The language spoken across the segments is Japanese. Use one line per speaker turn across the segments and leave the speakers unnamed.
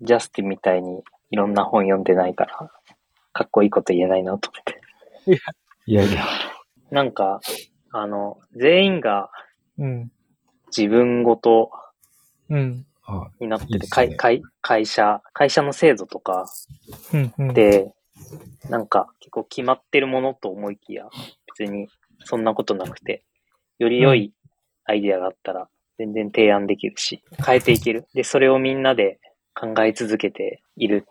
ジャスティンみたいにいろんな本読んでないから、かっこいいこと言えないなと思って。
いやいや。
なんか、あの、全員が
うん。
自分ごと
うん。
は
になってて、
いいですね
会会会社、会社の制度とか
うん。うん。
で、なんか結構決まってるものと思いきや、別にそんなことなくて、より良いアイディアがあったら全然提案できるし、変えていける。で、それをみんなで考え続けている、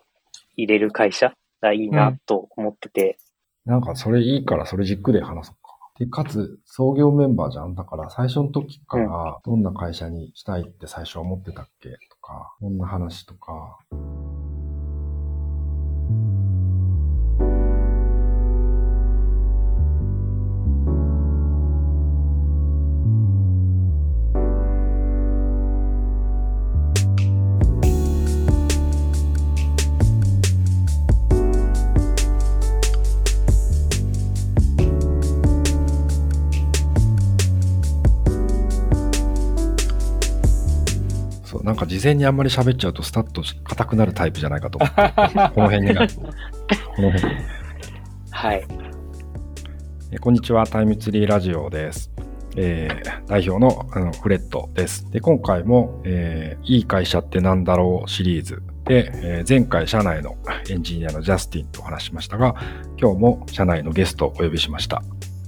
入れる会社がいいなと思ってて、
い。なんかそれいいから、それ軸で話そうか。で、かつ、創業メンバーじゃん。だから、最初の時から、どんな会社にしたいって最初思ってたっけとか、こんな話とか。そう、なんか事前にあんまり喋っちゃうと、スタッと硬くなるタイプじゃないかと思って。この辺になる。この辺。
はい。
えーこんにちは、タイムツリーラジオです。えー代表のあのフレッドです。で、今回も、えーいい会社ってなんだろうシリーズで、えー前回社内のエンジニアのジャスティンとお話ししましたが、今日も社内のゲストをお呼びしました。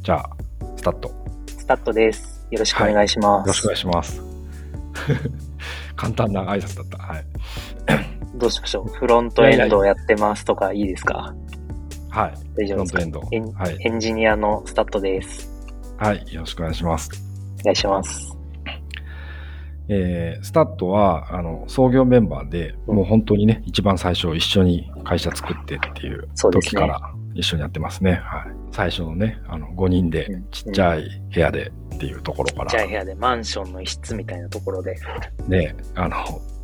じゃあ、スタート。よ
スタットです。よろしくお願いします。
ろしくお願いします。 簡単な挨拶だった。はい。
どうしましょうフロントエンドをやってますとかいいですか
はい。
大丈
フ
夫
ロ
で
ン
す
ト
か
エンド。
エン
はい。
エンジニアのスタットです。
はい。よろしくお願いします。
お願いします。
えースタッドはあの創業メンバーで、
うん
もう本当にね、一番最初一緒に会社作ってっていう
そうです
時
ね
から一緒にやってますね。はい、最初のね、あの5人で
うん
ちっちゃい部屋でっていうところか
じゃあ
ら、
部屋でマンションの一室みたいなところで。
ね、あの、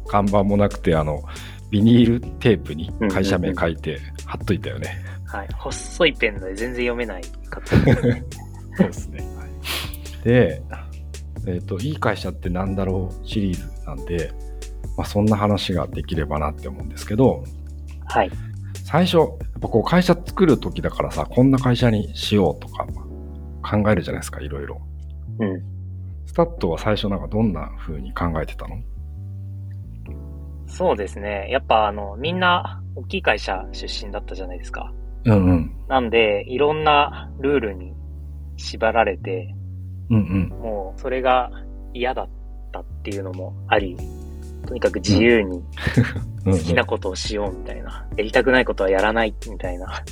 看板もなくて、あの、ビニールテープに会社名書いて貼っといたよね。
はい。細いペンで全然読めない方です ね。
そうですね。で、えっ、と、いい会社ってなんだろうシリーズなんで、まあ、そんな話ができればなって思うんですけど、
はい。
最初、やっぱこう会社作る時だからさ、こんな会社にしようとか考えるじゃないですか、いろいろ。
うん。
スタッドは最初なんかどんな風に考えてたの
そうですね。やっぱあの、みんな大きい会社出身だったじゃないですか。
うんうん。
なんで、いろんなルールに縛られて、
うんうん。
もうそれが嫌だったっていうのもあり、とにかく自由に
うん
好
うん
きなことをしようみたいな、やりたくないことはやらないみたいな、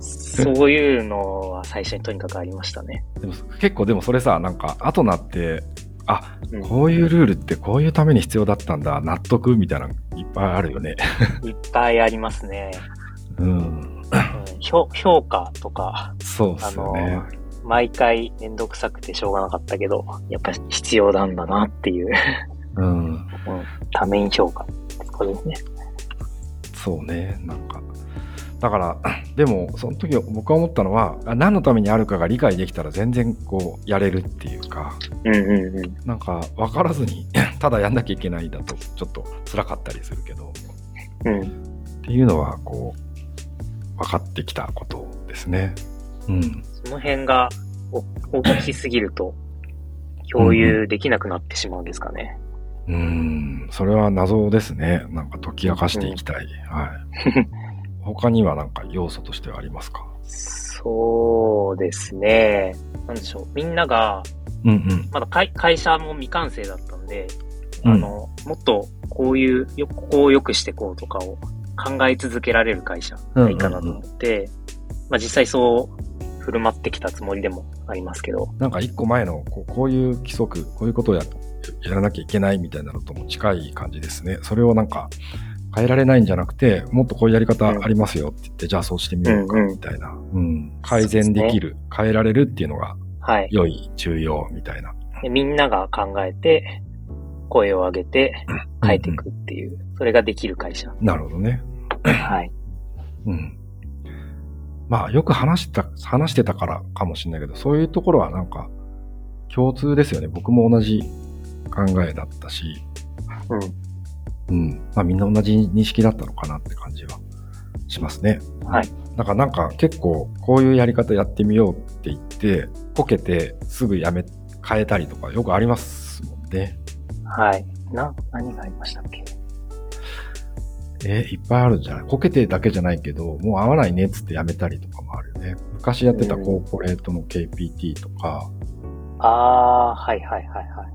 そういうのは最初にとにかくありましたね。
でも結構でもそれさ、なんか後なって、あ
うん
こういうルールってこういうために必要だったんだ、納得みたいなのいっぱいあるよね。
いっぱいありますね。
うん。
うん評評価とか、
そうっすよね。
あ毎回めんどくさくてしょうがなかったけど、やっぱ必要なんだなっていう、
うん。
多面評価。これですね。
そうね。なんか。だから、 でも、その時僕が思ったのは、あ何のためにあるかが理解できたら全然こう、やれるっていうか。
うんうんうん。
なんか分からずに ただやんなきゃいけないだとちょっと辛かったりするけど
うん。
っていうのはこう分かってきたことですね。うん、
その辺がお大きすぎると、共有できなくなってしまうんですかね。
うんそれは謎ですね。なんか解き明かしていきたい。はい、 他にはなんか要素としてはありますか
そうですね。なんでしょう。みんなが、
うんうん。
まだ会会社も未完成だったんで、
うん
あの、もっとこういう、よここを良くしていこうとかを考え続けられる会社がいいかなと思って、まあ実際そう振る舞ってきたつもりでもありますけど、
なんか一個前のこうこういう規則、こういうことをややらなきゃいけないみたいなのとも近い感じですね。それをなんか変えられないんじゃなくて、もっとこういうやり方ありますよって言って、じゃあそうしてみようか
うんうん
みたいな。うん改善できる、変えられるっていうのが
はい。
良い、重要みたいな。
でみんなが考えて、声を上げて変えていくっていう、それができる会社。
うんなるほどね。
はい。
うん。まあよく話した、話してたからかもしれないけど、そういうところはなんか共通ですよね。僕も同じ考えだったし、
うん。
うん。まあみんな同じ認識だったのかなって感じはしますね。
はい。
だからなんか結構こういうやり方やってみようって言って、こけてすぐやめ、変えたりとかよくありますもんね。
はい。な、何がありましたっけ
えーいっぱいあるんじゃないこけてだけじゃないけど、もう合わないねっつってやめたりとかもあるよね。昔やってたコーポレートの KPT とか、
ああー、はいはいはいはい。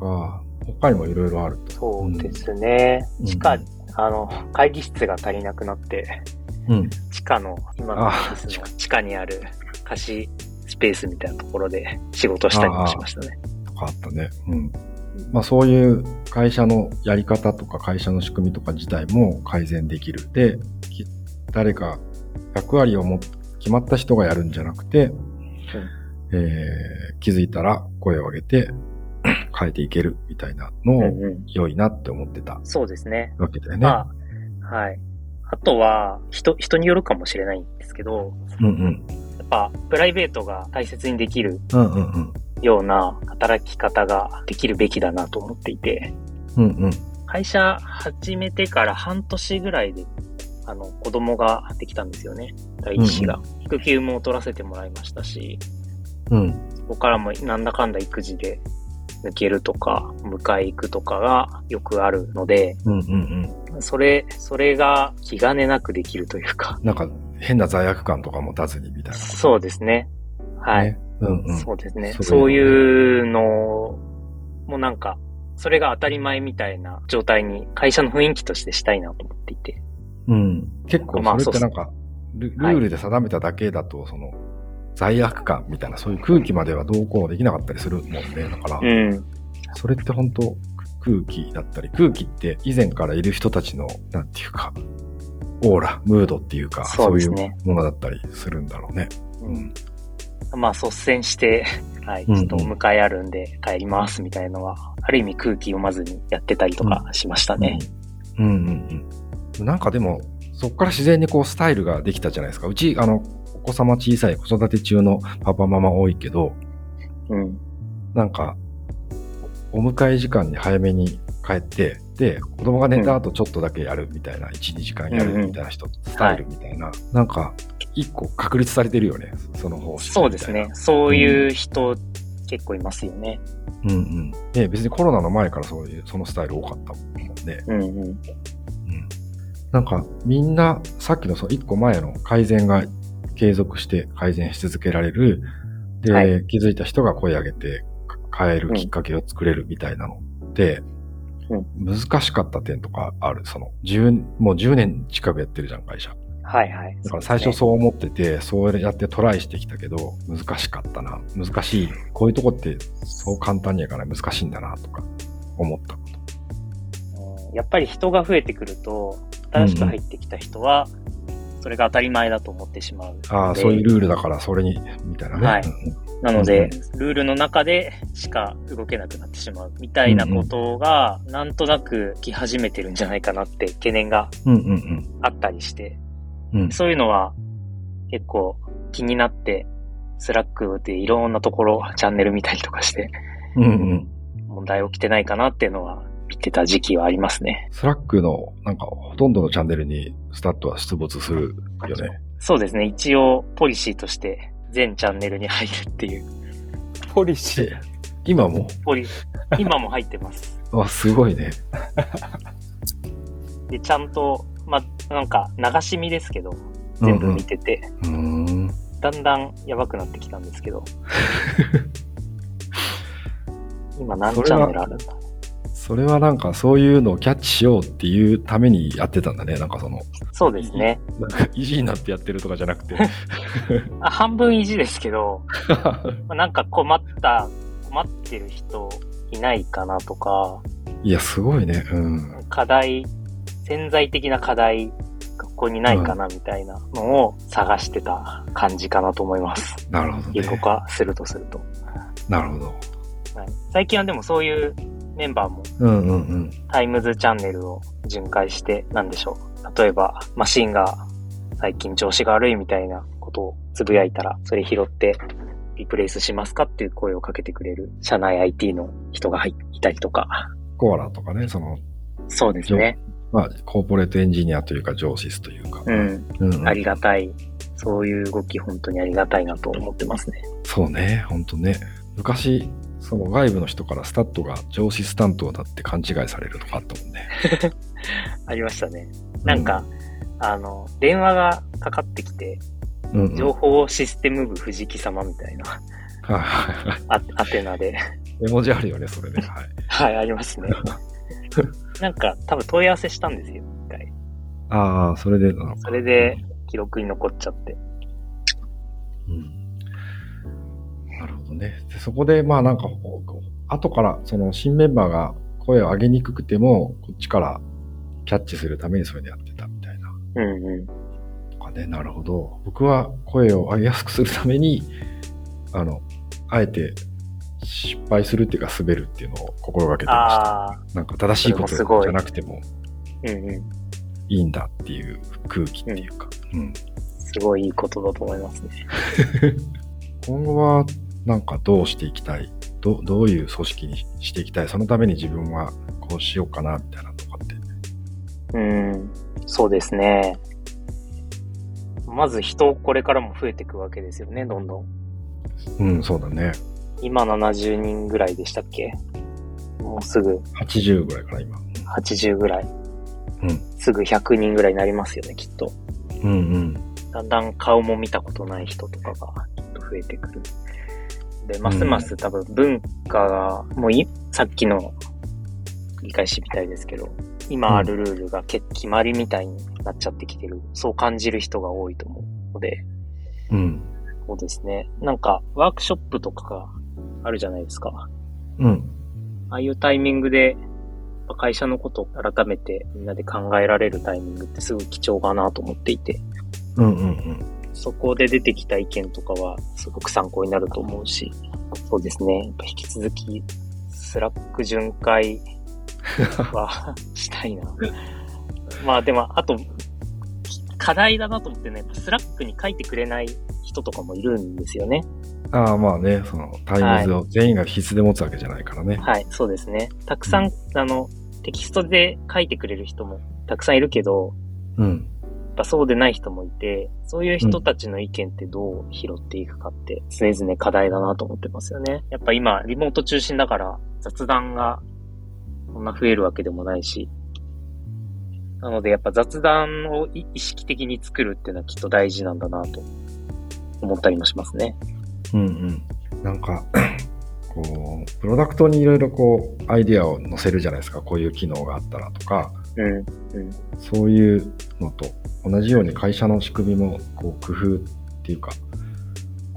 が他にもいろいろあると。
そうですね。
うん
地下、あの、会議室が足りなくなって、
うん。
地下の、今の
あ
オフィスの地下にある貸しスペースみたいなところで仕事したりもしましたね。
とかあったね。うん。まあそういう会社のやり方とか会社の仕組みとか自体も改善できる。で、き誰か役割をも決まった人がやるんじゃなくて、えー気づいたら声を上げて 変えていけるみたいなの
うん
を
うん、
良いなって思ってた
そうですね。
わけだよね。
まあ、はい。あとは、人、人によるかもしれないんですけど、
うんうん。
やっぱ、プライベートが大切にできる
うんうんうん。
ような働き方ができるべきだなと思っていて、
うんうん。
会社始めてから半年ぐらいで、あの、子供ができたんですよね。第一子が。育休も取らせてもらいましたし、
うん。
そこからもなんだかんだ育児で抜けるとか、迎え行くとかがよくあるので、
うんうんうん。
それ、それが気兼ねなくできるというか、
なんか変な罪悪感とか持たずにみたいなことね。
そうですね。はい。
ね。うんうん。
そうですね。
そ
そうう
い
いうのもなんか、それが当たり前みたいな状態に会社の雰囲気としてしたいなと思っていて。
うん。結構
ま
そ
あ
れってなんか、ルルールで定めただけだと、その、罪悪感みたいな、そういう空気まではどうこうできなかったりするもんね。だから、
ん。
それって本当く空気だったり、空気って以前からいる人たちの、なんていうか、オーラ、ムードっていうか、
そ
そうう,、
ですね
いうものだったりするんだろうね。うん。
まあ率先して、 はい、ち
うんう
ょ
ん
っとお迎えあるんで帰りますみたいのは、ある意味空気読まずにやってたりとかしましたね。
うんうんうん。なんかでも、そこから自然にこうスタイルができたじゃないですか。うち、あの、お子様小さい子育て中のパパママ多いけど、
うん。
なんか、お迎え時間に早めに帰って、で、子供が寝た後ちょっとだけやるみたいな、1、2時間やるみたいな人、スタイルみたいな、なんか、一個確立されてるよね、その方針みたいな。
そうですね。そういう人結構いますよね。
うんうん。で、別にコロナの前からそういう、そのスタイル多かったもんね。
うんうん。
うん。なんか、みんな、さっきのその一個前の改善が継続して改善し続けられる、で、
はい
気づいた人が声上げてか変えるきっかけを作れるみたいなのって、
うん
難しかった点とかある。その、10、もう10年近くやってるじゃん、会社。
はいはい。
だから最初そう思ってて、そうやってトライしてきたけど、難しかったな。難しい。こういうとこって、そう簡単にはいかない。難しいんだな、とか、思ったこと。
うんやっぱり人が増えてくると、新しく入ってきた人は、それが当たり前だと思ってしまうので。
ああ、そういうルールだから、それに、みたいなね。
はい
うん
なので、
う
ルールの中でしか動けなくなってしまうみたいなことが、なんとなく来始めてるんじゃないかなって懸念が
うんうん
あったりして、
うん。うん
そういうのは結構気になって、スラックでいろんなところ、チャンネル見たりとかして、
うんうん。
問題起きてないかなっていうのは見てた時期はありますね。
スラックの、なんか、ほとんどのチャンネルに、スタッドは出没するよね。
そうですね、一応ポリシーとして全チャンネルに入るっていう、
ポリシ
で
ー。
今も、
ポリ、今も入ってます。
あ、すごいね。
で、ちゃんと、まあ、なんか流し見ですけど、全部見てて、
うんうん。うーん
だんだんやばくなってきたんですけど。今何チャンネルあるんだ
それはなんか、そういうのをキャッチしようっていうためにやってたんだね。なんかその、
そうですね。
なんか意地になってやってるとかじゃなくて。
あ半分意地ですけど、まあなんか困った、困ってる人いないかなとか、
いや、すごいね。うん。
課題、潜在的な課題がここにないかなみたいなのを探してた感じかなと思います。
なるほど
有効
ね。
化するとすると。
なるほど。
はい最近はでもそういうメンバーも
うんうんうん。
タイムズチャンネルを巡回して、なんでしょう。例えば、マシンが最近調子が悪いみたいなことをつぶやいたら、それ拾ってリプレイスしますかっていう声をかけてくれる社内 IT の人が入いたりとか、
コアラとかね、その、
そうですね。
まあ、コーポレートエンジニアというか、上司というか、
うん。
うん
ありがたい。そういう動き、本当にありがたいなと思ってますね。
そうね、ほんとね。昔、その外部の人からスタッドが上司スタントだって勘違いされるとかあったもんね。
ありましたね。 なんか、あの、電話がかかってきて、
うん、うんうん、
情報システム部藤木様みたいな、
はいはいはい
あ、あてなで。
絵文字あるよね、それね。はい。
はい、あります ね。なんか、多分問い合わせしたんですよ、一回。
ああ、それでなのか
それで、記録に残っちゃって。
うんなるほどね。でそこで、まあなんか、こうこう後から、その新メンバーが声を上げにくくても、こっちからキャッチするためにそれでやってたみたいな。
うんうん。
とかね、なるほど。僕は声を上げやすくするために、あの、あえて失敗するっていうか滑るっていうのを心がけてま
ああ、
した。なんか正しいこ
それもすご
と
い
じゃなくても
うんうん。
いいんだっていう空気っていうか。うん
すごいいいことだと思いますね。
今後はなんかどうしていきたいどどういう組織にしていきたいそのために自分はこうしようかなみたいなとかって。
うん。そうですね。まず人、これからも増えていくわけですよね、どんどん。
うん、そうだね。
今70人ぐらいでしたっけもうすぐ
80ぐらいから今。
80ぐらい。
うん
すぐ100人ぐらいになりますよね、きっと。
うんうん。
だんだん顔も見たことない人とかがきっと増えてくる。で、ますます多分文化が、もういさっきの繰り返しみたいですけど、今あるルールがけ決まりみたいになっちゃってきてる。そう感じる人が多いと思うので、
うん。
そうですね。なんかワークショップとかがあるじゃないですか。
うん。
ああいうタイミングで、まあ会社のことを改めてみんなで考えられるタイミングってすごい貴重かなと思っていて、
うんうんうん。
そこで出てきた意見とかはすごく参考になると思うし、そうですね。やっぱ引き続き、スラック巡回はしたいな。 まあでも、あと、課題だなと思ってね、やっぱスラックに書いてくれない人とかもいるんですよね。
ああ、まあね、そのタイムズを全員が必須で持つわけじゃないからね。
はい、そうですね。たくさん、あの、テキストで書いてくれる人もたくさんいるけど、
うん。
やっぱそうでない人もいて、そういう人たちの意見ってどう拾っていくかって常々課題だなと思ってますよね。やっぱ今、リモート中心だから雑談がそんな増えるわけでもないし、なのでやっぱ雑談をい意識的に作るっていうのはきっと大事なんだなと思ったりもしますね。
うんうん。なんか、 こう、プロダクトにいろいろこう、アイデアを載せるじゃないですか。こういう機能があったらとか。
うん。
そういうのと同じように会社の仕組みもこう工夫っていうか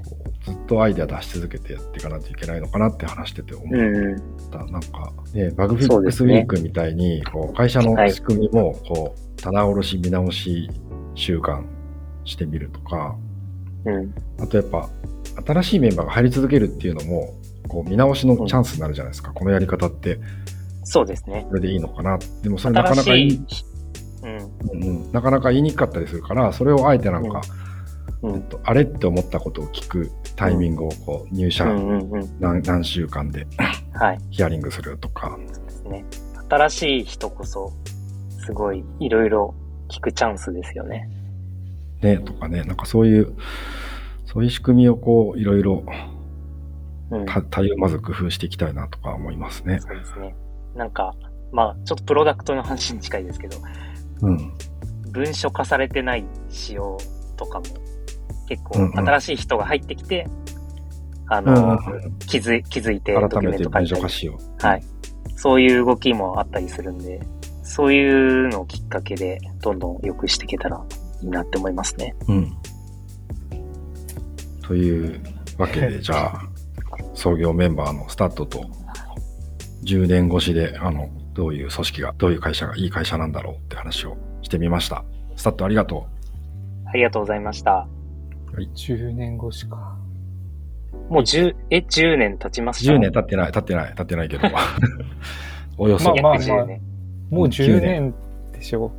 こうずっとアイデア出し続けてやっていかないといけないのかなって話してて思
う
っ
ん。
た、なんか、ね、バグフィ
そう
ッ
で
ク
す
スウ
ね
ィークみたいにこう会社の仕組みもこう棚卸し見直し習慣してみるとか
うん。
あとやっぱ新しいメンバーが入り続けるっていうのもこう見直しのチャンスになるじゃないですか、このやり方って
そうですね。
これでいいのかなでもそれなか
新
な
し
かいい
い。うん。
うんうんなかなか言いにくかったりするからそれをあえてなんか、
うん
えっとあれって思ったことを聞くタイミングをこう入社
うんうんうん。
何,、何週間で
はい。
ヒアリングするとか、
ですね。新しい人こそ、すごいいろいろ聞くチャンスですよね。
ね、とかねなんかそういうそういう仕組みをこういろいろ
うん。
た対応まず工夫していきたいなとか思いますね。
そうですね。なんか、まあ、ちょっとプロダクトの話に近いですけど、
うん、
文書化されてない仕様とかも、結
う
構
んうん
新しい人が入ってきて、あ
うん
の、気づい気づいてドキ
改
ュ
め
メン
て
ト書
文
い
書
た
化
り、
しよう。
はい。そういう動きもあったりするんで、そういうのをきっかけで、どんどん良くしていけたらいいなって思いますね。
うん、というわけでじゃあ創業メンバーのスタッドと10年越しであのどういう組織がどういう会社がいい会社なんだろうって話をしてみましたスタッドありがと
ありがとうございました。
10年越しか。
もう10、え、10年経ちま
う
した
10年経ってない経ってない 経ってないけどおよそ、
まあまあ
約10年。
もう
10
10
年
年でしょ。